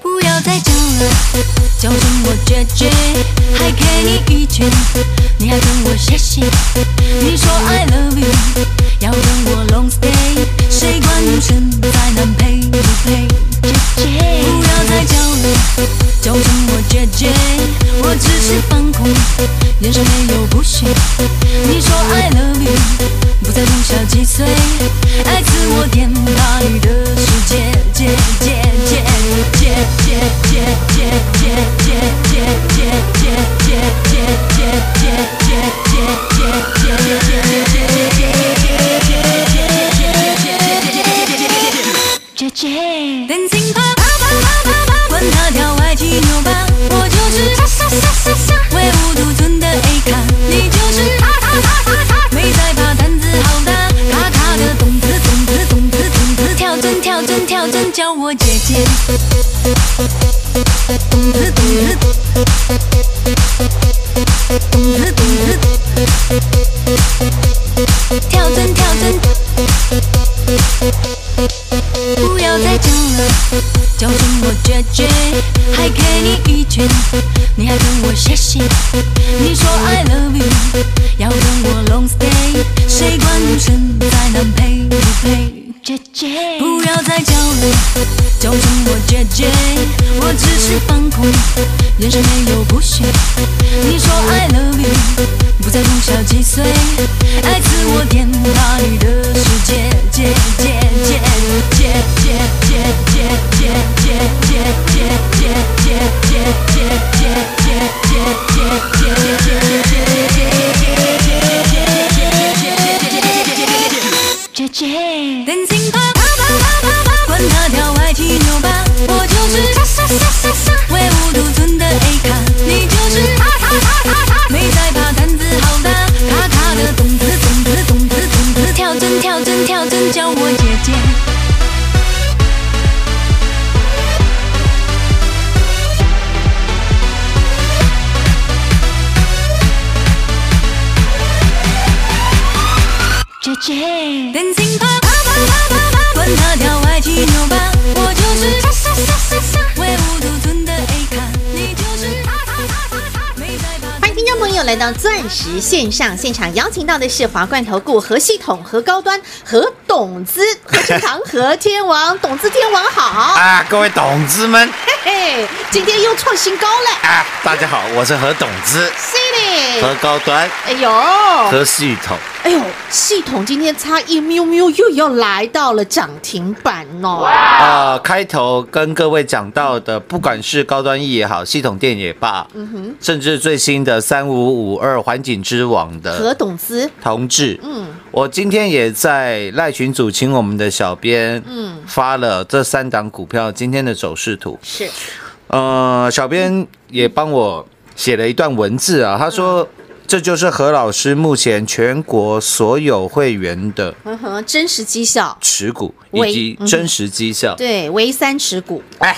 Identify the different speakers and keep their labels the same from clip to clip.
Speaker 1: 不要再讲了，叫声我姐姐，还给你一拳，你还跟我谢谢。你说 I love you，要跟我 long stay，谁管你身材难配不配？姐姐，不要再叫了，叫声我姐姐，我只是放空，眼神没有不屑。你说 I love you，不在乎小几岁，爱自我践踏你的世界，姐姐姐姐姐姐姐姐姐姐姐姐姐姐姐姐姐姐姐姐姐姐姐，Dancing 吧吧吧吧吧吧，管他跳外七扭八，我就是傻傻傻傻傻，唯吾独尊的 A 咖，你就是他他他他他，没在怕胆子好大，咔咔的动子动子动子动子，跳针跳针跳针，叫我姐姐，动子动子，动子动子，跳针跳针。不要再讲了，叫声我姐姐，还给你一拳，你还跟我谢谢。你说 I love you，要跟我 long stay，谁管你身材难配不配？姐姐，不要再叫了，叫声我姐姐，我只是放空，眼神没有不屑。你说 I love you，不在乎小几岁，爱自我践踏你的世界，姐姐姐姐姐姐姐姐姐姐姐姐姐姐姐姐姐姐姐姐姐。姐姐。Dancing pop，管他跳外七扭八，我就是傻傻傻傻傻，唯吾独尊的 A 咖，你就是他他他他他，没在怕胆子好大，咔咔的动子动子动子动子，跳针跳针跳针，叫我姐姐。姐姐。Dancing pop，管他跳外七扭八，我就是傻傻傻傻傻，唯吾独尊的 A 咖，你就是他他他他他，没在怕。
Speaker 2: 欢迎听众朋友来到钻石线上现场，邀请到的是华冠投顾何系统、何高端、何董资、何成堂、何天 王，董资天王好。
Speaker 3: 啊，各位董子们
Speaker 2: 嘿嘿，今天又创新高了，
Speaker 3: 啊，大家好，我是何董子，
Speaker 2: 是的。
Speaker 3: 何高端，
Speaker 2: 哎呦，
Speaker 3: 何系统，
Speaker 2: 哎呦，系统今天差一喵喵又要来到了涨停板哦。
Speaker 3: 啊，开头跟各位讲到的，不管是高端 E 也好，系统店也罢，甚至最新的三五五二环境之网
Speaker 2: 何
Speaker 3: 的
Speaker 2: 董资，
Speaker 3: 同志，
Speaker 2: 嗯，
Speaker 3: 我今天也在赖群组请我们的小编，
Speaker 2: 嗯
Speaker 3: 发了这三档股票今天的走势图，
Speaker 2: 是
Speaker 3: 呃，小编也帮我写了一段文字啊，他说。
Speaker 2: 嗯
Speaker 3: 这就是何老师目前全国所有会员的
Speaker 2: 呵呵，真实绩效，
Speaker 3: 持股
Speaker 2: 喂
Speaker 3: 以及真实绩效。
Speaker 2: 嗯对，唯三持股，
Speaker 3: 哎，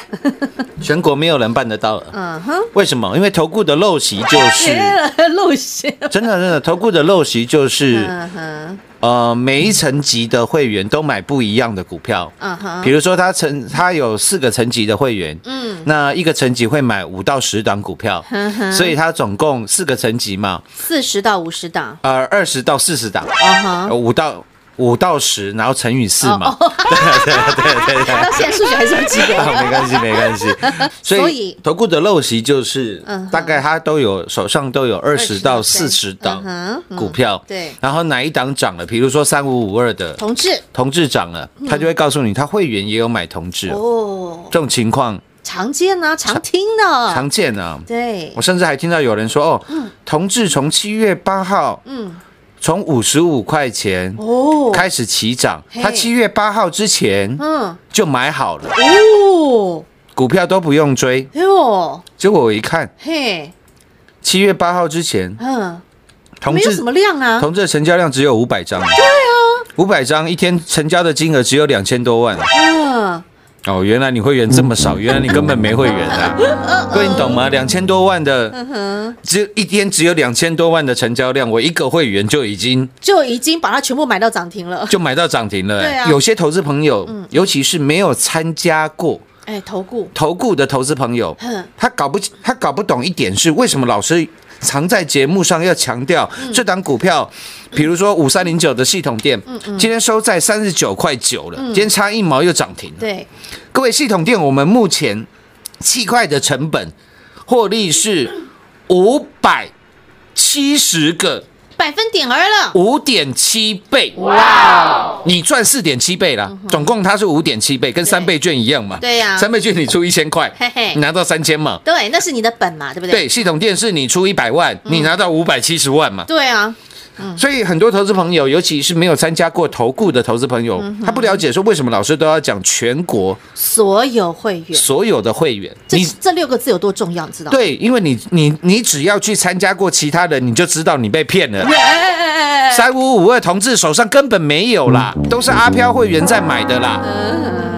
Speaker 3: 全国没有人办得到了。
Speaker 2: 嗯哼，
Speaker 3: 为什么？因为投顾的陋习 就是
Speaker 2: 哎露馅，
Speaker 3: 真的，真的，投顾的陋习就是
Speaker 2: 嗯哼，
Speaker 3: 呃，每一层级的会员都买不一样的股票。
Speaker 2: 嗯哼，
Speaker 3: 比如说，他层他有四个层级的会员，
Speaker 2: 嗯，
Speaker 3: 那一个层级会买五到十档股票，
Speaker 2: 嗯哼
Speaker 3: 所以他总共四个层级嘛，
Speaker 2: 四十到五十档，
Speaker 3: 呃，二十到四十档，呃
Speaker 2: 嗯哼，
Speaker 3: 五到五到十，然后乘以四嘛，
Speaker 2: 到现在数学还是不及格。
Speaker 3: 啊 没关系，没关系。
Speaker 2: 所
Speaker 3: 所
Speaker 2: 以
Speaker 3: 以投顾的陋习就是
Speaker 2: 嗯哼，
Speaker 3: 大概他都有手上都有二十到四十档
Speaker 2: 嗯哼
Speaker 3: 股票，
Speaker 2: 对
Speaker 3: 然后哪一档涨了，比如说三五五二的
Speaker 2: 同志，
Speaker 3: 同志涨了，他就会告诉你，他会员也有买同志哦，
Speaker 2: 哦，
Speaker 3: 这种情况
Speaker 2: 常见啊，常听的，
Speaker 3: 常见啊。嗯
Speaker 2: 对
Speaker 3: 我，甚至还听到有人说，哦，同志从七月八号
Speaker 2: 嗯，
Speaker 3: 从五十五块钱
Speaker 2: 哦，
Speaker 3: 开始起涨，
Speaker 2: 嘿
Speaker 3: 他七月八号之前
Speaker 2: 嗯，
Speaker 3: 就买好了，
Speaker 2: 哦，
Speaker 3: 股票都不用追。
Speaker 2: 哎呦，
Speaker 3: 结果我一看，
Speaker 2: 嘿，
Speaker 3: 七月八号之前，
Speaker 2: 嗯，
Speaker 3: 同
Speaker 2: 没有
Speaker 3: 志
Speaker 2: 什么量啊，
Speaker 3: 同志的成交量只有五百张，对啊，五百张一天成交的金额只有两千多万
Speaker 2: 嗯，
Speaker 3: 哦，原来你会员这么少，原来你根本没会员 啊，各位你懂吗？两千多万的，
Speaker 2: 嗯哼，
Speaker 3: 只一天只有两千多万的成交量，我一个会员就已经
Speaker 2: 就已经把它全部买到涨停了。
Speaker 3: 就买到涨停了、哎
Speaker 2: 对啊嗯
Speaker 3: 有些投资朋友，尤其是没有参加过
Speaker 2: 哎，投顾，
Speaker 3: 投顾的投资朋友
Speaker 2: 嗯，
Speaker 3: 他搞不他搞不懂一点是为什么老师常在节目上要强调这档股票，比如说五三零九的系统店，今天收在三十九块九了，今天差一毛又涨停了。
Speaker 2: 对，
Speaker 3: 各位系统店，我们目前七块的成本获利是五百七十个
Speaker 2: 百分点儿了，
Speaker 3: 五点七倍，哇！
Speaker 2: 哦
Speaker 3: 你赚四点七倍啦，总共它是五点七倍，跟三倍券一样嘛。
Speaker 2: 嗯对呀
Speaker 3: 三倍券你出一千块
Speaker 2: 嘿嘿，
Speaker 3: 你拿到三千嘛。
Speaker 2: 对，那是你的本嘛，对不嗯对？
Speaker 3: 对，系统电视你出一百万，你拿到五百七十万嘛。
Speaker 2: 对啊，
Speaker 3: 所以很多投资朋友，尤其是没有参加过投顾的投资朋
Speaker 2: 嗯
Speaker 3: 友，他不了解说为什么老师都要讲全国
Speaker 2: 所有会员，
Speaker 3: 所有的会员，
Speaker 2: 这
Speaker 3: 你
Speaker 2: 这六个字有多重要，你知道吗？
Speaker 3: 对，因为你你你只要去参加过其他人，你就知道你被骗了。
Speaker 2: 哎，
Speaker 3: 三五五二同志手上根本没有啦，都是阿飘会员在买的啦。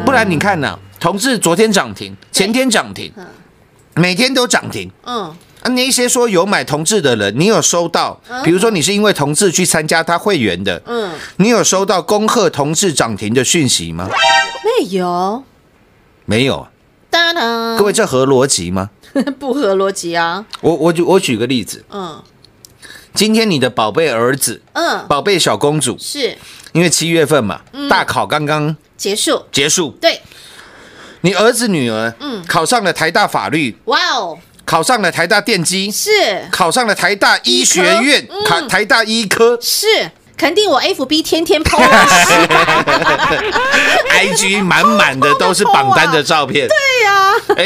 Speaker 3: 不然你看呐、同志昨天涨停，前天涨停，每天都涨停。
Speaker 2: 嗯，
Speaker 3: 啊，那一些说有买同志的人，你有收到？比如说你是因为同志去参加他会员的，
Speaker 2: 嗯，
Speaker 3: 你有收到恭贺同志涨停的讯息吗？
Speaker 2: 没有，
Speaker 3: 没有啊，
Speaker 2: 当然，
Speaker 3: 各位这合逻辑吗？
Speaker 2: 不合逻辑啊，
Speaker 3: 我我举我举个例子，
Speaker 2: 嗯
Speaker 3: 今天你的宝贝儿子、
Speaker 2: 嗯，
Speaker 3: 宝贝小公主，
Speaker 2: 是
Speaker 3: 因为七月份嘛，
Speaker 2: 嗯
Speaker 3: 大考刚刚
Speaker 2: 结束，
Speaker 3: 结束，
Speaker 2: 对，
Speaker 3: 你儿子女儿，
Speaker 2: 嗯
Speaker 3: 考上了台大法律，
Speaker 2: 哇哦，
Speaker 3: 考上了台大电机，
Speaker 2: 是
Speaker 3: 考上了台大医学院
Speaker 2: 医科，嗯
Speaker 3: 考、台大医科
Speaker 2: 是，肯定我 FB 天天 PO 啊，
Speaker 3: ，IG 满满的都是榜单的照片。对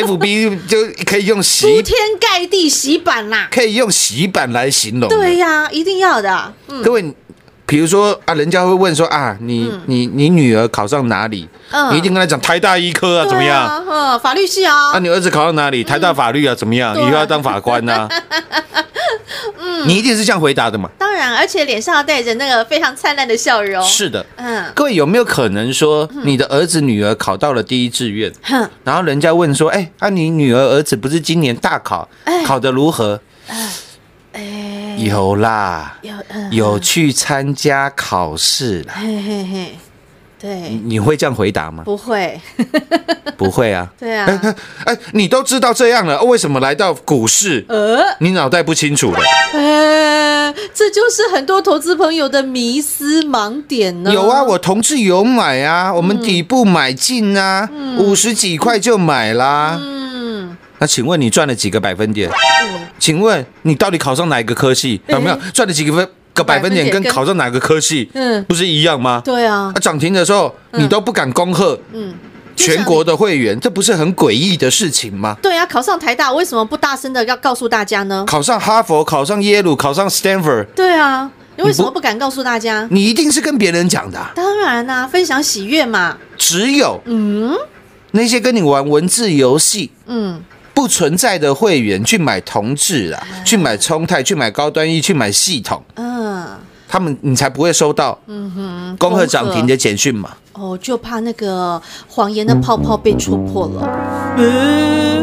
Speaker 2: 呀、
Speaker 3: FB 就可以用
Speaker 2: 铺
Speaker 3: 洗，
Speaker 2: 天盖地洗版啦，
Speaker 3: 可以用洗版来形容。
Speaker 2: 对、呀、一定要的，嗯
Speaker 3: 各位，比如说啊，人家会问说啊，你、你你女儿考上哪里？
Speaker 2: 嗯
Speaker 3: 你一定跟她讲台大医科啊，怎么
Speaker 2: 对
Speaker 3: 样？
Speaker 2: 啊嗯，法律系啊，
Speaker 3: 啊，你儿子考到哪里？台大法律啊，怎么样？
Speaker 2: 对啊
Speaker 3: 以后要当法 官呐、嗯，你一定是这样回答的嘛？
Speaker 2: 当然，而且脸上要带着那个非常灿烂的笑容，，
Speaker 3: 是的。
Speaker 2: 嗯，
Speaker 3: 各位有没有可能说，你的儿子女儿考到了第一志愿，
Speaker 2: 哼，
Speaker 3: 然后人家问说，哎，啊，你女儿儿子不是今年大考
Speaker 2: 哎，
Speaker 3: 考得如何？
Speaker 2: 哎，
Speaker 3: 有啦，
Speaker 2: 有嗯
Speaker 3: 有去参加考试啦。
Speaker 2: 嘿嘿嘿，对，
Speaker 3: 你会这样回答吗？
Speaker 2: 不会，
Speaker 3: 不会啊。
Speaker 2: 对啊，
Speaker 3: 哎，你都知道这样了，为什么来到股市，
Speaker 2: 呃，
Speaker 3: 你脑袋不清楚了？
Speaker 2: 呃，这就是很多投资朋友的迷思盲点呢。
Speaker 3: 有啊，我同志有买啊，我们底部买进啊，五十几块就买啦。
Speaker 2: 嗯，
Speaker 3: 那请问你赚了几个百分点？请问你到底考上哪一个科系？有没有赚了几个分个百分点，
Speaker 2: 百分点
Speaker 3: 跟
Speaker 2: 跟
Speaker 3: 考上哪个科系，
Speaker 2: 嗯
Speaker 3: 不是一样吗？
Speaker 2: 对啊嗯
Speaker 3: 啊，，涨停的时候你都不敢恭贺，嗯，全国的会员，这不是很诡异的事情吗？
Speaker 2: 对啊，考上台大为什么不大声的要告诉大家呢？
Speaker 3: 考上哈佛，考上耶鲁，考上 Stanford，
Speaker 2: 对啊，你为什么
Speaker 3: 你不
Speaker 2: 不敢告诉大家？
Speaker 3: 你一定是跟别人讲的啊、
Speaker 2: 当然啦、分享喜悦嘛。
Speaker 3: 只有
Speaker 2: 嗯
Speaker 3: 那些跟你玩文字游戏，
Speaker 2: 嗯，
Speaker 3: 不存在的会员去买同志啊，去买冲泰，去买高端 E，去买系统，
Speaker 2: 嗯，
Speaker 3: 他们你才不会收到恭贺涨停的简讯嘛。
Speaker 2: 哦，就怕那个谎言的泡泡被戳破了。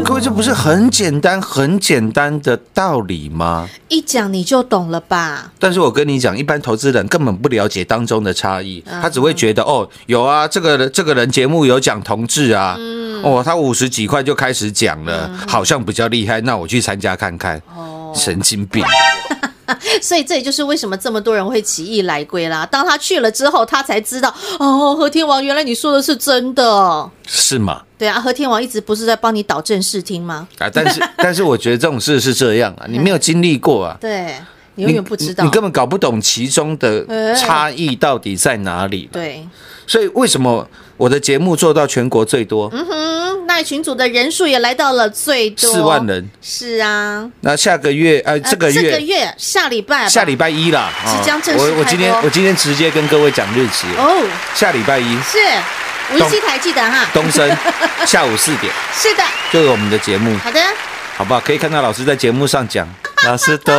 Speaker 3: 各位，这不是很简单、很简单的道理吗？
Speaker 2: 一讲你就懂了吧？
Speaker 3: 但是我跟你讲，一般投资人根本不了解当中的差异，他只会觉得哦，有啊，这个人这个人节目有讲同志啊，哦，他五十几块就开始讲了，好像比较厉害，那我去参加看看。
Speaker 2: 哦，
Speaker 3: 神经病！
Speaker 2: 所以这也就是为什么这么多人会起义来归啦。当他去了之后，他才知道哦，和天王原来你说的是真的。
Speaker 3: 是吗？
Speaker 2: 对啊，和天王一直不是在帮你导正视听吗？
Speaker 3: 啊，但是但是我觉得这种事是这样啊，你没有经历过啊，
Speaker 2: 对，你嗯永远不知道。
Speaker 3: 你，你根本搞不懂其中的
Speaker 2: 哎
Speaker 3: 差异到底在哪里。
Speaker 2: 对，
Speaker 3: 所以为什么我的节目做到全国最多？
Speaker 2: 嗯哼，那群组的人数也来到了最多
Speaker 3: 四万。人。
Speaker 2: 是啊，
Speaker 3: 那下个月，呃，
Speaker 2: 呃
Speaker 3: 这个
Speaker 2: 这个
Speaker 3: 月，
Speaker 2: 月下礼拜吧，
Speaker 3: 下礼拜一啦，
Speaker 2: 即将
Speaker 3: 哦
Speaker 2: 正式
Speaker 3: 我我今天
Speaker 2: 开播
Speaker 3: 我今天直接跟各位讲日期，
Speaker 2: 哦，
Speaker 3: 下礼拜一，
Speaker 2: 是五十七台记得哈，
Speaker 3: 东 升下午四点
Speaker 2: 是的，
Speaker 3: 就是我们的节目，
Speaker 2: 好的，
Speaker 3: 好不好？可以看到老师在节目上讲，老师都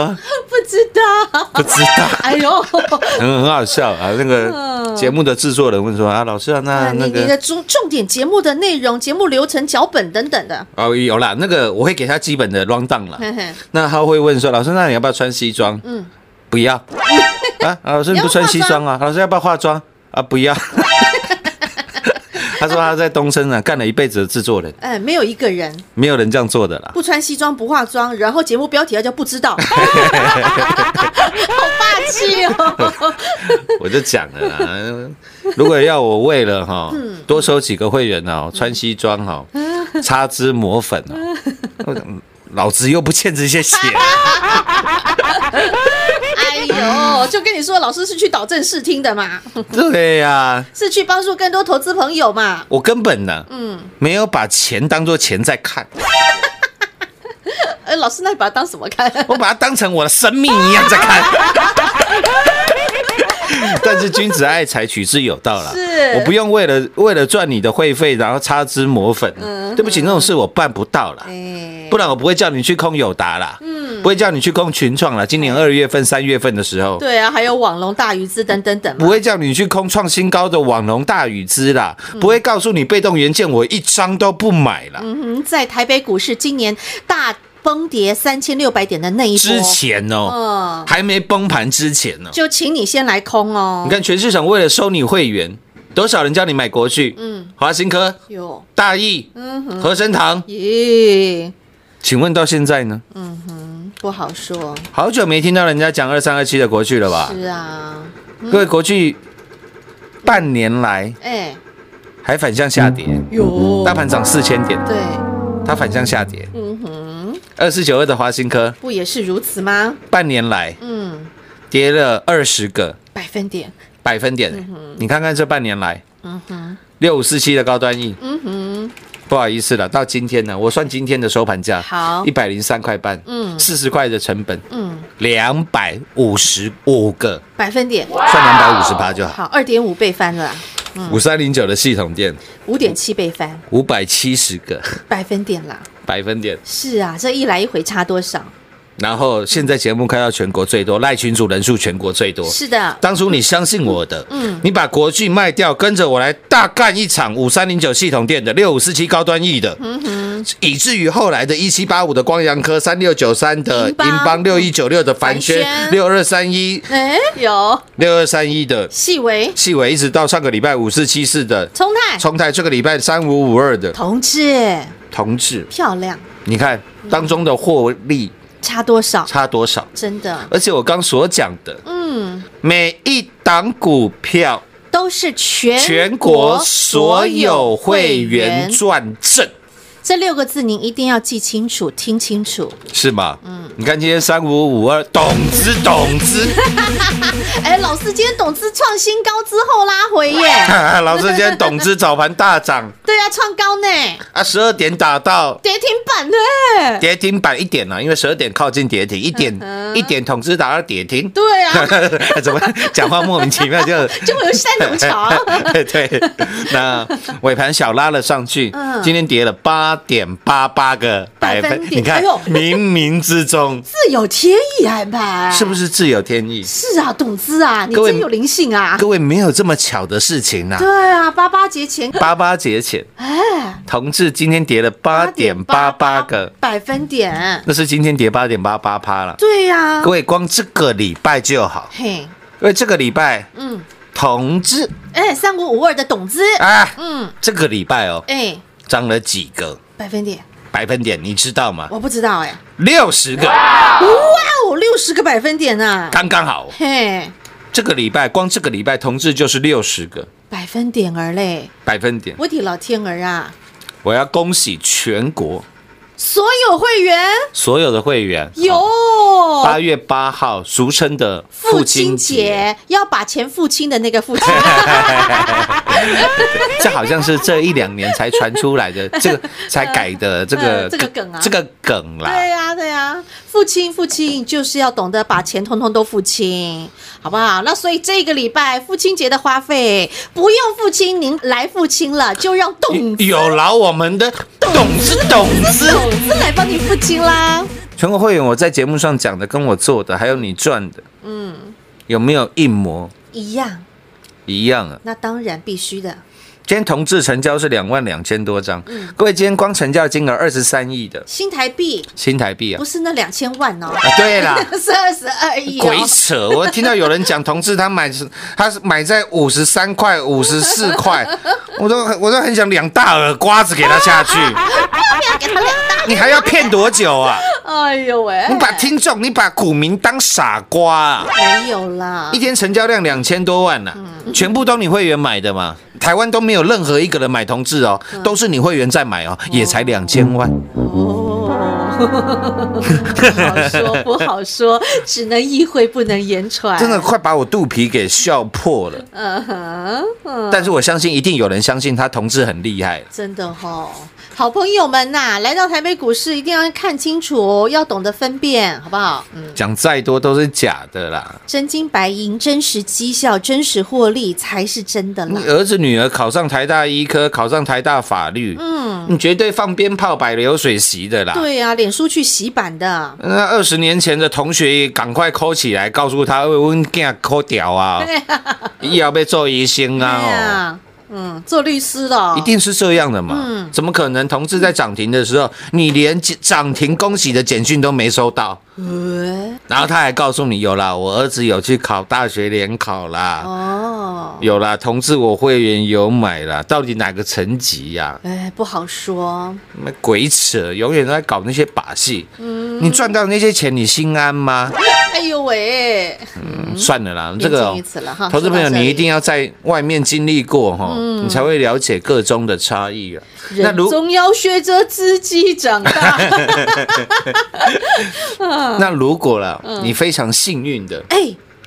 Speaker 2: 不知道，
Speaker 3: 不知道，
Speaker 2: 哎呦，
Speaker 3: 很很好笑啊。那个
Speaker 2: 嗯
Speaker 3: 节目的制作人问说啊，老 师啊，那
Speaker 2: 你
Speaker 3: 那
Speaker 2: 你
Speaker 3: 个
Speaker 2: 的重重点节目的内容、节目流程、脚本等等的，
Speaker 3: 哦有啦，那个我会给他基本的 round down 啦。
Speaker 2: 嘿嘿，
Speaker 3: 那他会问说，老师，那你要不要穿西装？
Speaker 2: 嗯，
Speaker 3: 不 要啊，老师你不穿西装啊？老师要不要化妆啊？不要。 他说他在东升啊干了一辈子的制作人，
Speaker 2: 哎，没有一个人
Speaker 3: 没有人这样做的啦。
Speaker 2: 不穿西装不化妆，然后节目标题要叫不知 道，好霸气哦，
Speaker 3: 我就讲了啦，如果要我为了哈多收几个会员哦，穿西装哈，擦脂抹粉 哦，我老子又不欠这些钱，
Speaker 2: 哎呦，就跟你说，老师是去导正视听的嘛，
Speaker 3: 对呀、
Speaker 2: 是去帮助更多投资朋友嘛，
Speaker 3: 我根本呢
Speaker 2: 嗯，
Speaker 3: 没有把钱当做钱在看，
Speaker 2: 哎，老师那你把它当什么 看？
Speaker 3: 我把它当成我的生命一样在看。 但是君子爱财，取之有道啦。
Speaker 2: 是
Speaker 3: 我不用为了为了赚你的会费，然后擦脂抹粉。
Speaker 2: 嗯
Speaker 3: 对不起，那种事我办不到啦。
Speaker 2: 哎
Speaker 3: 不然我不会叫你去空友达啦，嗯，不会叫你去空群创啦。今年二月份、三月份的时候，
Speaker 2: 对啊，还有网龙、大鱼资等等等嘛
Speaker 3: 不。会叫你去空创新高的网龙、大宇资啦，不会告诉你被动元件我一张都不买啦。
Speaker 2: 嗯哼，在台北股市今年大崩跌三千六百点的那一波，
Speaker 3: 之前哦，
Speaker 2: 嗯，
Speaker 3: 还没崩盘之前呢，
Speaker 2: 就请你先来空哦。
Speaker 3: 你，看全市场为了收你会员，多少人叫你买国巨、
Speaker 2: 嗯，
Speaker 3: 华新科、
Speaker 2: 哟，
Speaker 3: 大益、
Speaker 2: 嗯哼，
Speaker 3: 和生堂，
Speaker 2: 咦，
Speaker 3: 请问到现在呢？
Speaker 2: 嗯不好说。
Speaker 3: 好久没听到人家讲二三二七的国巨了吧？
Speaker 2: 是啊，
Speaker 3: 各位国巨半年来
Speaker 2: 哎，
Speaker 3: 还反向下跌。
Speaker 2: 嗯哟，
Speaker 3: 大盘涨四千点，
Speaker 2: 对，
Speaker 3: 它反向下跌。
Speaker 2: 嗯哼，
Speaker 3: 二四九二的华新科
Speaker 2: 不也是如此吗？
Speaker 3: 半年来
Speaker 2: 嗯，
Speaker 3: 跌了二十个
Speaker 2: 百分点，
Speaker 3: 百分点，
Speaker 2: 嗯
Speaker 3: 你看看这半年来，六五四七的高端 E，
Speaker 2: 嗯哼，
Speaker 3: 不好意思了，到今天呢，我算今天的收盘价，
Speaker 2: 好
Speaker 3: 一百零三块半，
Speaker 2: 嗯
Speaker 3: 四十块的成本，
Speaker 2: 嗯，
Speaker 3: 两百五十五个，
Speaker 2: 百分点，
Speaker 3: 算两百五十八就
Speaker 2: 好，
Speaker 3: 好。
Speaker 2: 二点五倍翻了啊，
Speaker 3: 五三零九的系统店，
Speaker 2: 五点七倍翻，
Speaker 3: 五百七十个
Speaker 2: 百分点啦。
Speaker 3: 百分点，
Speaker 2: 是啊，这一来一回差多少？
Speaker 3: 然后现在节目开到全国最多，赖群主人数全国最多，
Speaker 2: 是的，
Speaker 3: 当初你相信我的，
Speaker 2: 嗯
Speaker 3: 你把国巨卖掉，跟着我来大干一场五三零九系统店的六五四七高端 E 的，
Speaker 2: 嗯
Speaker 3: 以至于后来的一七八五的光阳科、三六九三的
Speaker 2: 银邦嗯
Speaker 3: 银邦、六一九六的凡轩、
Speaker 2: 凡轩
Speaker 3: 六二三一、
Speaker 2: 哎，有
Speaker 3: 六二三一的
Speaker 2: 细微
Speaker 3: 细尾，一直到上个礼拜五四七四的
Speaker 2: 冲泰
Speaker 3: 冲泰，这个礼拜三五五二的
Speaker 2: 同志
Speaker 3: 同志，
Speaker 2: 漂亮，
Speaker 3: 你看
Speaker 2: 嗯
Speaker 3: 当中的获利
Speaker 2: 差多少？
Speaker 3: 差多少？
Speaker 2: 真的，
Speaker 3: 而且我刚所讲的
Speaker 2: 嗯，
Speaker 3: 每一档股票。
Speaker 2: 都是全
Speaker 3: 全国所有会员转正，
Speaker 2: 这六个字您一定要记清楚、听清楚。
Speaker 3: 是吗？嗯，你看今天三五五二，懂之懂之，
Speaker 2: 哎，老师，今天董事创新高之后拉回耶，
Speaker 3: 哈哈老师今天懂之早盘大涨
Speaker 2: 对啊，创高呢，
Speaker 3: 啊，十二点打到
Speaker 2: 跌停板呢，
Speaker 3: 跌停板一点了、啊因为十二点靠近跌停，一点
Speaker 2: 嗯哼
Speaker 3: 一点统之打到跌停，
Speaker 2: 对啊，
Speaker 3: 怎么讲话莫名其妙就？
Speaker 2: 就会有三种 潮。
Speaker 3: 对，那尾盘小拉了上去，
Speaker 2: 嗯
Speaker 3: 今天跌了八点八八个百
Speaker 2: 百
Speaker 3: 分
Speaker 2: 分，点
Speaker 3: 你看
Speaker 2: 哎呦，
Speaker 3: 冥冥之中
Speaker 2: 自有天意安排，
Speaker 3: 是不是自有天意？
Speaker 2: 是啊，董事啊，你
Speaker 3: 各位
Speaker 2: 真有灵性啊。
Speaker 3: 各位没有这么巧的事情呐、
Speaker 2: 对啊，八八节前，
Speaker 3: 八八节前，
Speaker 2: 哎，
Speaker 3: 同志今天跌了八点八八个，
Speaker 2: 百分点，
Speaker 3: 那是今天跌八点八八趴了。
Speaker 2: 对啊呀、
Speaker 3: 各位，光这个礼拜就好，
Speaker 2: 嘿，
Speaker 3: 因为这个礼拜
Speaker 2: 嗯，
Speaker 3: 同志
Speaker 2: 哎，三五五二的董资，
Speaker 3: 啊，
Speaker 2: 嗯，
Speaker 3: 这个礼拜哦
Speaker 2: 哎，
Speaker 3: 涨了几个
Speaker 2: 百分点，
Speaker 3: 百分点，你知道吗？
Speaker 2: 我不知道哎，
Speaker 3: 六十个，
Speaker 2: 哇哦，六十个百分点呐、啊，
Speaker 3: 刚刚好。
Speaker 2: 嘿，
Speaker 3: 这个礼拜光这个礼拜同志就是六十个
Speaker 2: 百分点儿嘞，
Speaker 3: 百分点，
Speaker 2: 我的老天儿啊，
Speaker 3: 我要恭喜全国
Speaker 2: 所有会员
Speaker 3: 所有的会员。
Speaker 2: 有。
Speaker 3: 八月八号，俗称的
Speaker 2: 父亲节要把钱付清的那个父亲，
Speaker 3: 这好像是这一两年才传出来的， 这个才改的这个
Speaker 2: 呃这个梗啊
Speaker 3: 这个梗啦。
Speaker 2: 对呀、对呀、付清付清就是要懂得把钱通通都付清，好不好？那所以这个礼拜父亲节的花费不用付清，您来付清了，就让董子
Speaker 3: 有劳我们的董事董事。
Speaker 2: 董子来帮你付清啦。
Speaker 3: 全国会员，我在节目上讲的，跟我做的，还有你赚的，嗯，有没有一模
Speaker 2: 一样，
Speaker 3: 一样啊？
Speaker 2: 那当然必须的。
Speaker 3: 今天同志成交是两万两千多张，
Speaker 2: 嗯
Speaker 3: 各位，今天光成交金额二十三亿的
Speaker 2: 新台币
Speaker 3: 新台币啊
Speaker 2: 不！是那两千万哦，
Speaker 3: 啊，对啦，
Speaker 2: 是二十二亿哦
Speaker 3: 鬼。扯！我听到有人讲同志他买是他是买在五十三块、五十四 块，我都我都很想两大耳刮子给他下 去。
Speaker 2: 给他两大，
Speaker 3: 你还要骗多久 啊？
Speaker 2: 哎呦喂，
Speaker 3: 你把听众、你把股民当傻 瓜啊！
Speaker 2: 没有啦
Speaker 3: 一，天成交量两千多万呐、啊
Speaker 2: 嗯
Speaker 3: 全部都你会员买的嘛？台湾都没有任何一个人买同志哦，
Speaker 2: 嗯
Speaker 3: 都是你会员在买哦，也才两千万。
Speaker 2: 哦， 不好说，不好说，只能意会不能言传。
Speaker 3: 真的，快把我肚皮给笑破了，
Speaker 2: 嗯哼，嗯
Speaker 3: 但是我相信一定有人相信他同志很厉害。
Speaker 2: 真的哈、好朋友们呐、来到台北股市一定要看清楚哦，要懂得分辨，好不好？嗯，
Speaker 3: 讲再多都是假的啦。
Speaker 2: 真金白银、真实绩效、真实获利才是真的啦
Speaker 3: 你。儿子女儿考上台大医科，考上台大法律，嗯，你绝对放鞭炮摆流水席的啦。
Speaker 2: 对啊，脸书去洗版的，
Speaker 3: 那二十年前的同学赶快抠起来，告诉他，喂阮囝抠屌啊，以后要做医生
Speaker 2: 对
Speaker 3: 啊，哦，
Speaker 2: 啊，嗯，做律师的哦，
Speaker 3: 一定是这样的嘛，
Speaker 2: 嗯
Speaker 3: 怎么可能？同志在涨停的时候，你连涨停恭喜的简讯都没收到，
Speaker 2: 呃
Speaker 3: 然后他还告诉你有啦，我儿子有去考大学联考啦，
Speaker 2: 哦，
Speaker 3: 有啦，同志我会员有买啦，到底哪个层级呀、
Speaker 2: 哎，不好说，
Speaker 3: 那鬼扯，永远都在搞那些把戏。
Speaker 2: 嗯
Speaker 3: 你赚到那些钱，你心安吗？嗯
Speaker 2: 哎呦喂，
Speaker 3: 算了啦，这个
Speaker 2: 嗯
Speaker 3: 哦
Speaker 2: 见一次了哈
Speaker 3: 投资朋友
Speaker 2: 说到这里嗯
Speaker 3: 你一定要在外面经历过哈，你才会了解各中的差异啊。那
Speaker 2: 人
Speaker 3: 如
Speaker 2: 总要学着自己长大。
Speaker 3: 那如果啦，
Speaker 2: 嗯
Speaker 3: 你非常幸运的，
Speaker 2: 哎，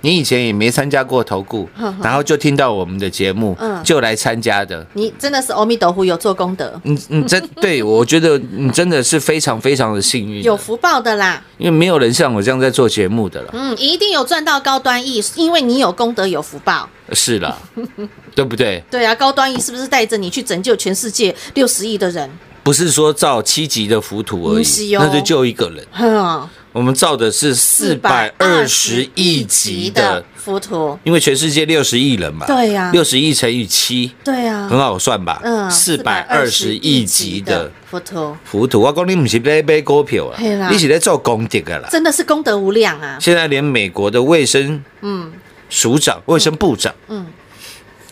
Speaker 3: 你以前也没参加过 投顾，然后就听到我们的节目
Speaker 2: 嗯，
Speaker 3: 就来参加的。
Speaker 2: 你真的是阿弥陀佛，有做功德，
Speaker 3: 你你真对我觉得你真的是非常非常的幸运的，
Speaker 2: 有福报的啦。
Speaker 3: 因为没有人像我这样在做节目的了。
Speaker 2: 嗯，一定有赚到高端 E，因为你有功德有福报。
Speaker 3: 是啦， 对不对？
Speaker 2: 对啊，高端 E 是不是带着你去拯救全世界六十亿的人？
Speaker 3: 不是说照七级的浮屠而
Speaker 2: 不是
Speaker 3: 已，
Speaker 2: 哦
Speaker 3: 那就救一个人。
Speaker 2: 哼，
Speaker 3: 我们照的是四百二十亿级的，
Speaker 2: 浮屠。
Speaker 3: 因为全世界六十亿人嘛，
Speaker 2: 对呀
Speaker 3: 六十亿乘以七，
Speaker 2: 对啊
Speaker 3: 很，好算吧？
Speaker 2: 嗯，
Speaker 3: 四百二十亿级的
Speaker 2: 浮屠，
Speaker 3: 浮屠，我讲你不是在买股票
Speaker 2: 嘿啦
Speaker 3: 啊，你是在做功德的啦。
Speaker 2: 真的是功德无量啊！
Speaker 3: 现在连美国的卫生
Speaker 2: 嗯
Speaker 3: 署长、卫生部长，
Speaker 2: 嗯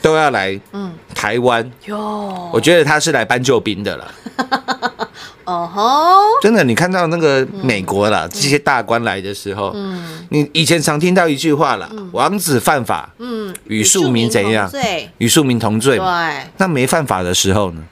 Speaker 3: 都要来
Speaker 2: 嗯，
Speaker 3: 台湾，
Speaker 2: 哟，
Speaker 3: 我觉得他是来搬救兵 的啦。
Speaker 2: 哦吼，
Speaker 3: 真的，你看到那个美国啦，这些大官来的时候，你以前常听到一句话啦，王子犯法，
Speaker 2: 嗯，
Speaker 3: 嗯与庶民怎样
Speaker 2: 对
Speaker 3: 与庶民同罪
Speaker 2: 对，
Speaker 3: 嘛。
Speaker 2: 哎，
Speaker 3: 那没犯法的时候呢？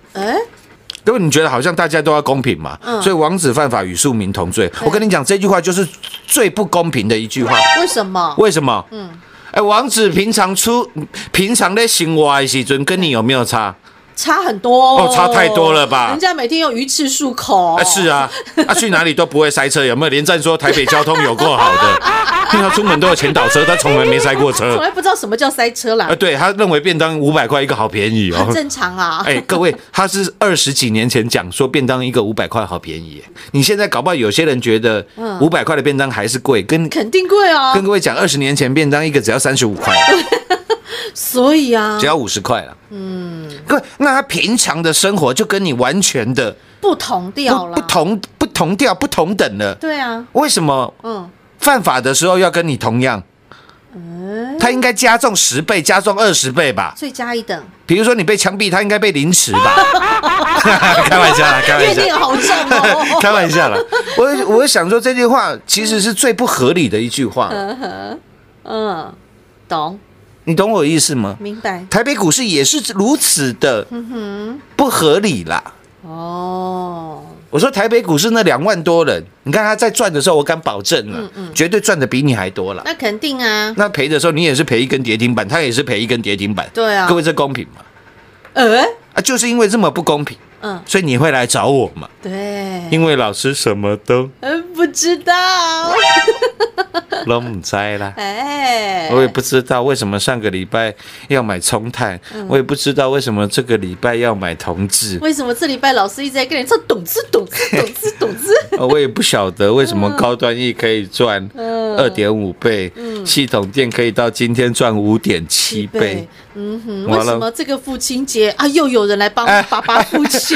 Speaker 3: 因为你觉得好像大家都要公平嘛，所以王子犯法与庶民同罪。我跟你讲，这句话就是最不公平的一句话。
Speaker 2: 为什么？
Speaker 3: 为什么？嗯，哎，王子平常出平常在行我的时阵，跟你有没有差？
Speaker 2: 差很多哦
Speaker 3: 哦差太多了吧
Speaker 2: 人家每天用鱼翅漱口，
Speaker 3: 啊，是，啊，
Speaker 2: 哦
Speaker 3: 啊，去哪里都不会塞车，有没有？连战说台北交通有够好的，因为他出门都有前导车，他从来没塞过
Speaker 2: 从
Speaker 3: 车。
Speaker 2: 来不知道什么叫塞车啦
Speaker 3: 啊，，对他认为便当五百块一个好便宜
Speaker 2: 很
Speaker 3: 哦。
Speaker 2: 正常啊。
Speaker 3: 哎，各位，他是二十几年前讲说便当一个五百块好便宜，你现在搞不好有些人觉得五百块的便当还是贵，跟
Speaker 2: 肯定贵嗯哦
Speaker 3: 跟，各位讲，二十年前便当一个只要三十五块，
Speaker 2: 嗯所以啊
Speaker 3: 只，要五十块了。嗯，各位，那他平常的生活就跟你完全的
Speaker 2: 不同调
Speaker 3: 不
Speaker 2: 了，
Speaker 3: 不，同不同调不同等了。
Speaker 2: 对啊，
Speaker 3: 为什么
Speaker 2: 嗯，
Speaker 3: 犯法的时候要跟你同样，他应该加重十倍、加重二十倍吧？
Speaker 2: 最加一等，
Speaker 3: 比如说你被枪毙，他应该被凌迟吧？开玩笑啦，开玩
Speaker 2: 怨
Speaker 3: 笑，
Speaker 2: 念好重哦，
Speaker 3: 开玩笑啦。我我想说这句话其实是最不合理的一句话，
Speaker 2: 嗯，懂，
Speaker 3: 你懂我意思吗？
Speaker 2: 明白，
Speaker 3: 台北股市也是如此的不合理啦。
Speaker 2: 哦，
Speaker 3: 我说台北股市那两万多人，你看他在赚的时候，我敢保证了，绝对赚的比你还多了。
Speaker 2: 那肯定啊，
Speaker 3: 那赔的时候，你也是赔一根跌停板，他也是赔一根跌停板。
Speaker 2: 对啊
Speaker 3: 各位这公平吗？
Speaker 2: 呃，
Speaker 3: 啊，就是因为这么不公平，
Speaker 2: 嗯，
Speaker 3: 所以你会来找我嘛？
Speaker 2: 对，
Speaker 3: 因为老师什么都
Speaker 2: 嗯，不知道，
Speaker 3: 都不 摘啦。
Speaker 2: 哎，
Speaker 3: 我也不知道为什么上个礼拜要买葱炭，
Speaker 2: 嗯
Speaker 3: 我也不知道为什么这个礼拜要买 同志，
Speaker 2: 为什么这礼拜老师一直在跟人唱懂字懂字懂字懂字？
Speaker 3: 呃我也不晓得为什么高端 E 可以赚
Speaker 2: 嗯
Speaker 3: 二点五倍，系统店可以到今天赚五点七倍，，
Speaker 2: 嗯哼，
Speaker 3: 完
Speaker 2: 为什
Speaker 3: 了
Speaker 2: 么这个父亲节啊，又有人来 帮
Speaker 3: 哎
Speaker 2: 爸爸父 亲？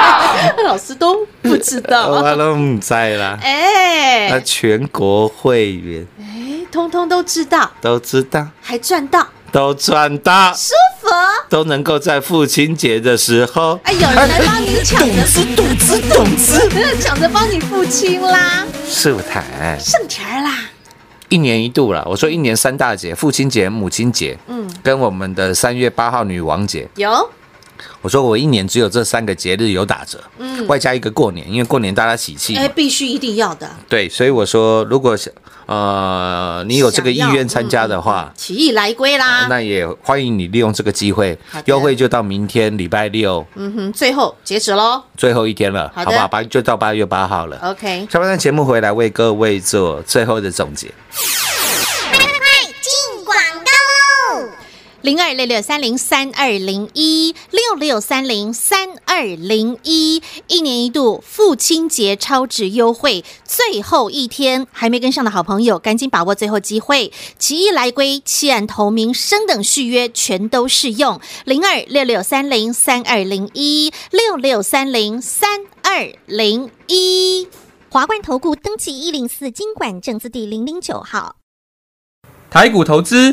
Speaker 2: 老师都不知道，
Speaker 3: 我哦都唔在啦。
Speaker 2: 哎
Speaker 3: 啊，全国会员
Speaker 2: 哎，通通都知道，
Speaker 3: 都知道，
Speaker 2: 还赚到，
Speaker 3: 都赚到，
Speaker 2: 舒服。
Speaker 3: 都能够在父亲节的时候，
Speaker 2: 哎，有人来帮你抢着
Speaker 3: 哎
Speaker 2: 父亲，懂子懂子， 抢着帮你父亲啦，
Speaker 3: 素坦。
Speaker 2: 圣田儿啦，
Speaker 3: 一年一度啦，我说一年三大节：父亲节、母亲节，嗯，跟我们的三月八号女王节。
Speaker 2: 有
Speaker 3: 我说我一年只有这三个节日有打折，嗯，外加一个过年，因为过年大家喜气嘛，
Speaker 2: 哎，必须一定要的。
Speaker 3: 对，所以我说如果想呃你有这个意愿参加的话，
Speaker 2: 起义来归啦！
Speaker 3: 那也欢迎你利用这个机会
Speaker 2: 嗯好的，
Speaker 3: 优惠就到明天礼拜六
Speaker 2: 嗯哼，最后截止喽。
Speaker 3: 最后一天了，
Speaker 2: 好的
Speaker 3: 好不好？八就到八月八号了。
Speaker 2: OK，
Speaker 3: 下半段节目回来为各位做最后的总结。
Speaker 2: 零二六六三零三二零一六六三零三二零一，一年一度父亲节超值优惠，最后一天还没跟上的好朋友，赶紧把握最后机会！奇异来归、弃暗投明、升等续约全都适用。零二六六三零三二零一六六三零三二零一。
Speaker 4: 华冠投顾登记一零四经管证字第零零九号。
Speaker 5: 台股投资，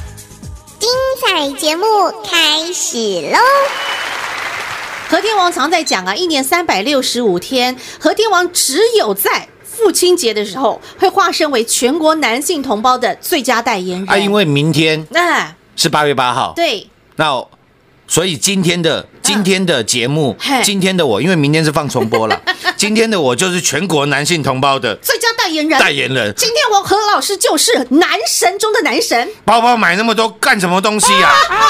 Speaker 2: 和天王常在讲啊，一年三百六十五天，和天王只有在父亲节的时候会化身为全国男性同胞的最佳代言人。
Speaker 3: 啊，因为明天
Speaker 2: 哎，
Speaker 3: 是八月八号，
Speaker 2: 对，
Speaker 3: 那所以今天的今天的节目
Speaker 2: 啊嘿，
Speaker 3: 今天的我，因为明天是放重 播了，今天的我就是全国男性同胞的
Speaker 2: 最佳代言人。
Speaker 3: 代言人。
Speaker 2: 今天我和老师就是男神中的男神，
Speaker 3: 包包买那么多干什么东西 呀、啊？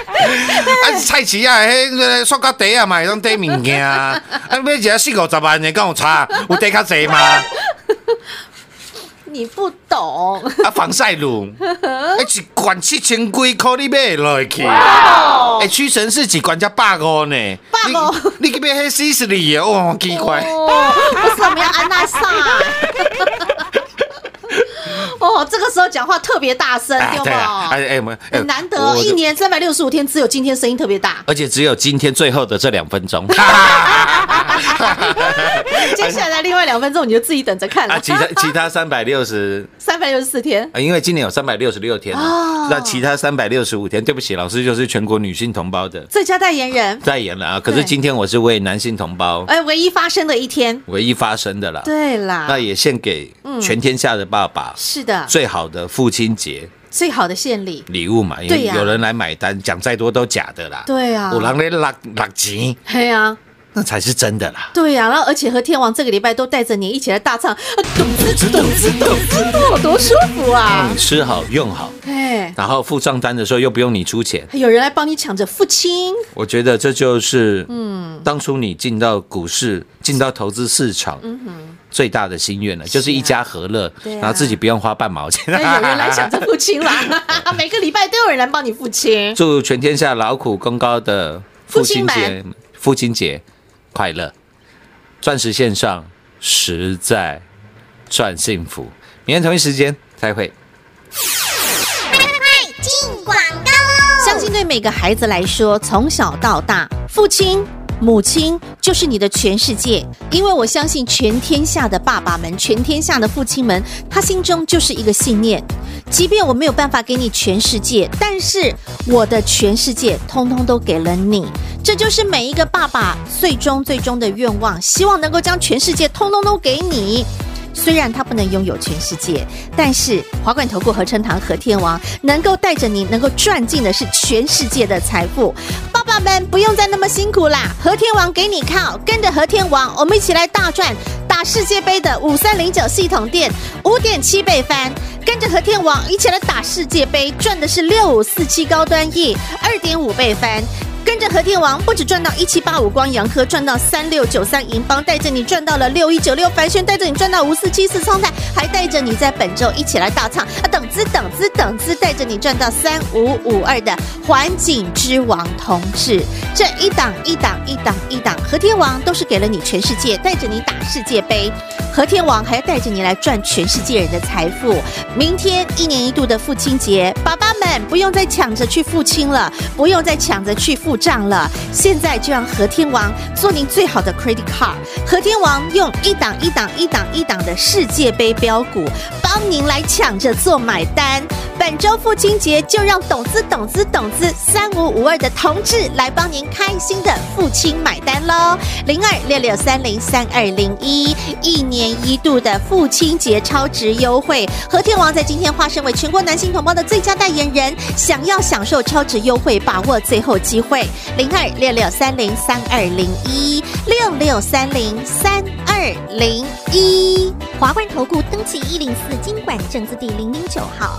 Speaker 3: 啊，菜市啊，迄个塑胶袋啊，买当袋物件啊，啊，买一个四五十万的，敢有差？有袋较济吗？啊，
Speaker 2: 你不懂，
Speaker 3: 防晒乳，啊，一罐七千几块，你买落去？哎，屈臣氏一罐才百五呢，
Speaker 2: 百五
Speaker 3: 你你去买迄四十里的，哇，奇怪。
Speaker 2: 哦，为什么要安娜 萨？哦，这个时候讲话特别大声，
Speaker 3: 哎，
Speaker 2: 对
Speaker 3: 对啊，
Speaker 2: 吗？
Speaker 3: 哎哎，我们
Speaker 2: 哦
Speaker 3: 哎
Speaker 2: 很难
Speaker 3: 我
Speaker 2: 得，啊
Speaker 3: 我
Speaker 2: 一年三百六十五天，只有今天声音特别大。
Speaker 3: 而且只有今天最后的这两 分钟。
Speaker 2: 接下来另外两分钟你就自己等着看
Speaker 3: 啊，
Speaker 2: 了。
Speaker 3: 其他其他三百六十
Speaker 2: 三百六十四天，
Speaker 3: 啊，因为今年有三百六十六天啊
Speaker 2: 哦，
Speaker 3: 那、其他三百六十五天，对不起，老师就是全国女性同胞的
Speaker 2: 最佳代言人，
Speaker 3: 代言了啊。可是
Speaker 2: 对
Speaker 3: 今天我是为男性同胞
Speaker 2: 哎，唯一发生的一天。
Speaker 3: 唯一发声的啦，
Speaker 2: 对啦，
Speaker 3: 那也献给全天下的爸爸、
Speaker 2: 啊嗯是啊的，
Speaker 3: 最好的父亲节
Speaker 2: 最好的献礼。
Speaker 3: 礼物嘛，因
Speaker 2: 对
Speaker 3: 为
Speaker 2: 呀
Speaker 3: 有人来买单，讲再多都假的啦。
Speaker 2: 对啊
Speaker 3: 有人来落落钱，
Speaker 2: 嘿呀、
Speaker 3: 那才是真的啦。
Speaker 2: 对呀、啊然后而且和天王这个礼拜都带着你一起来大唱，啊咚
Speaker 3: 知道知道，
Speaker 2: 咚，多舒服啊！
Speaker 3: 吃好用好，
Speaker 2: 哎，
Speaker 3: 然后付账单的时候又不用你出钱，
Speaker 2: 还有人来帮你抢着父亲，
Speaker 3: 我觉得这就是嗯，当初你进到股市、进到投资市场，
Speaker 2: 嗯
Speaker 3: 最大的心愿了，就是一家和乐，
Speaker 2: 啊对啊
Speaker 3: 然后自己不用花半毛钱。
Speaker 2: 哎，有人来抢着父亲啦！ 每个礼拜都有人来帮你父亲。
Speaker 3: 祝全天下劳苦功高的父亲节、父亲节快乐！钻石线上实在赚幸福，明天同一时间再会。
Speaker 4: 进广告喽！
Speaker 2: 相信对每个孩子来说，从小到大，父亲。母亲就是你的全世界，因为我相信全天下的爸爸们、全天下的父亲们，他心中就是一个信念：即便我没有办法给你全世界，但是我的全世界通通都给了你。这就是每一个爸爸最终最终的愿望，希望能够将全世界通通都给你。虽然他不能拥有全世界，但是华冠投顾合成堂和天王能够带着你，能够赚进的是全世界的财富。爸爸们不用再那么辛苦啦，和天王给你靠，跟着和天王，我们一起来大赚。打世界杯的五三零九系统店五点七倍翻，跟着和天王一起来打世界杯，赚的是六五四七高端 E 二点五倍翻。跟着和天王不止赚到一七八五光阳科，赚到三六九三银邦，带着你赚到了六一九六凡轩，带着你赚到五四七四聪泰，还带着你在本周一起来大唱啊！等资等资等资，带着你赚到三五五二的环境之王同志，这一档一档一档一档，和天王都是给了你全世界，带着你打世界杯，和天王还要带着你来赚全世界人的财富。明天一年一度的父亲节，爸爸们不用再抢着去父亲了，不用再抢着去付账了。现在就让和天王做您最好的 credit card。和天王用一档一档一档一档的世界杯标股，帮您来抢着做买单。本周父亲节就让懂资懂资懂资三五五二的同志来帮您开心的父亲买单喽，零二六六三零三二零一，一年一度的父亲节超值优惠，和天王在今天化身为全国男性同胞的最佳代言人，想要享受超值优惠，把握最后机会，零二六六三零三二零一，六六三零三二零一。
Speaker 4: 华冠投顾登记一零四经管证字第零零九号。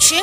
Speaker 6: 全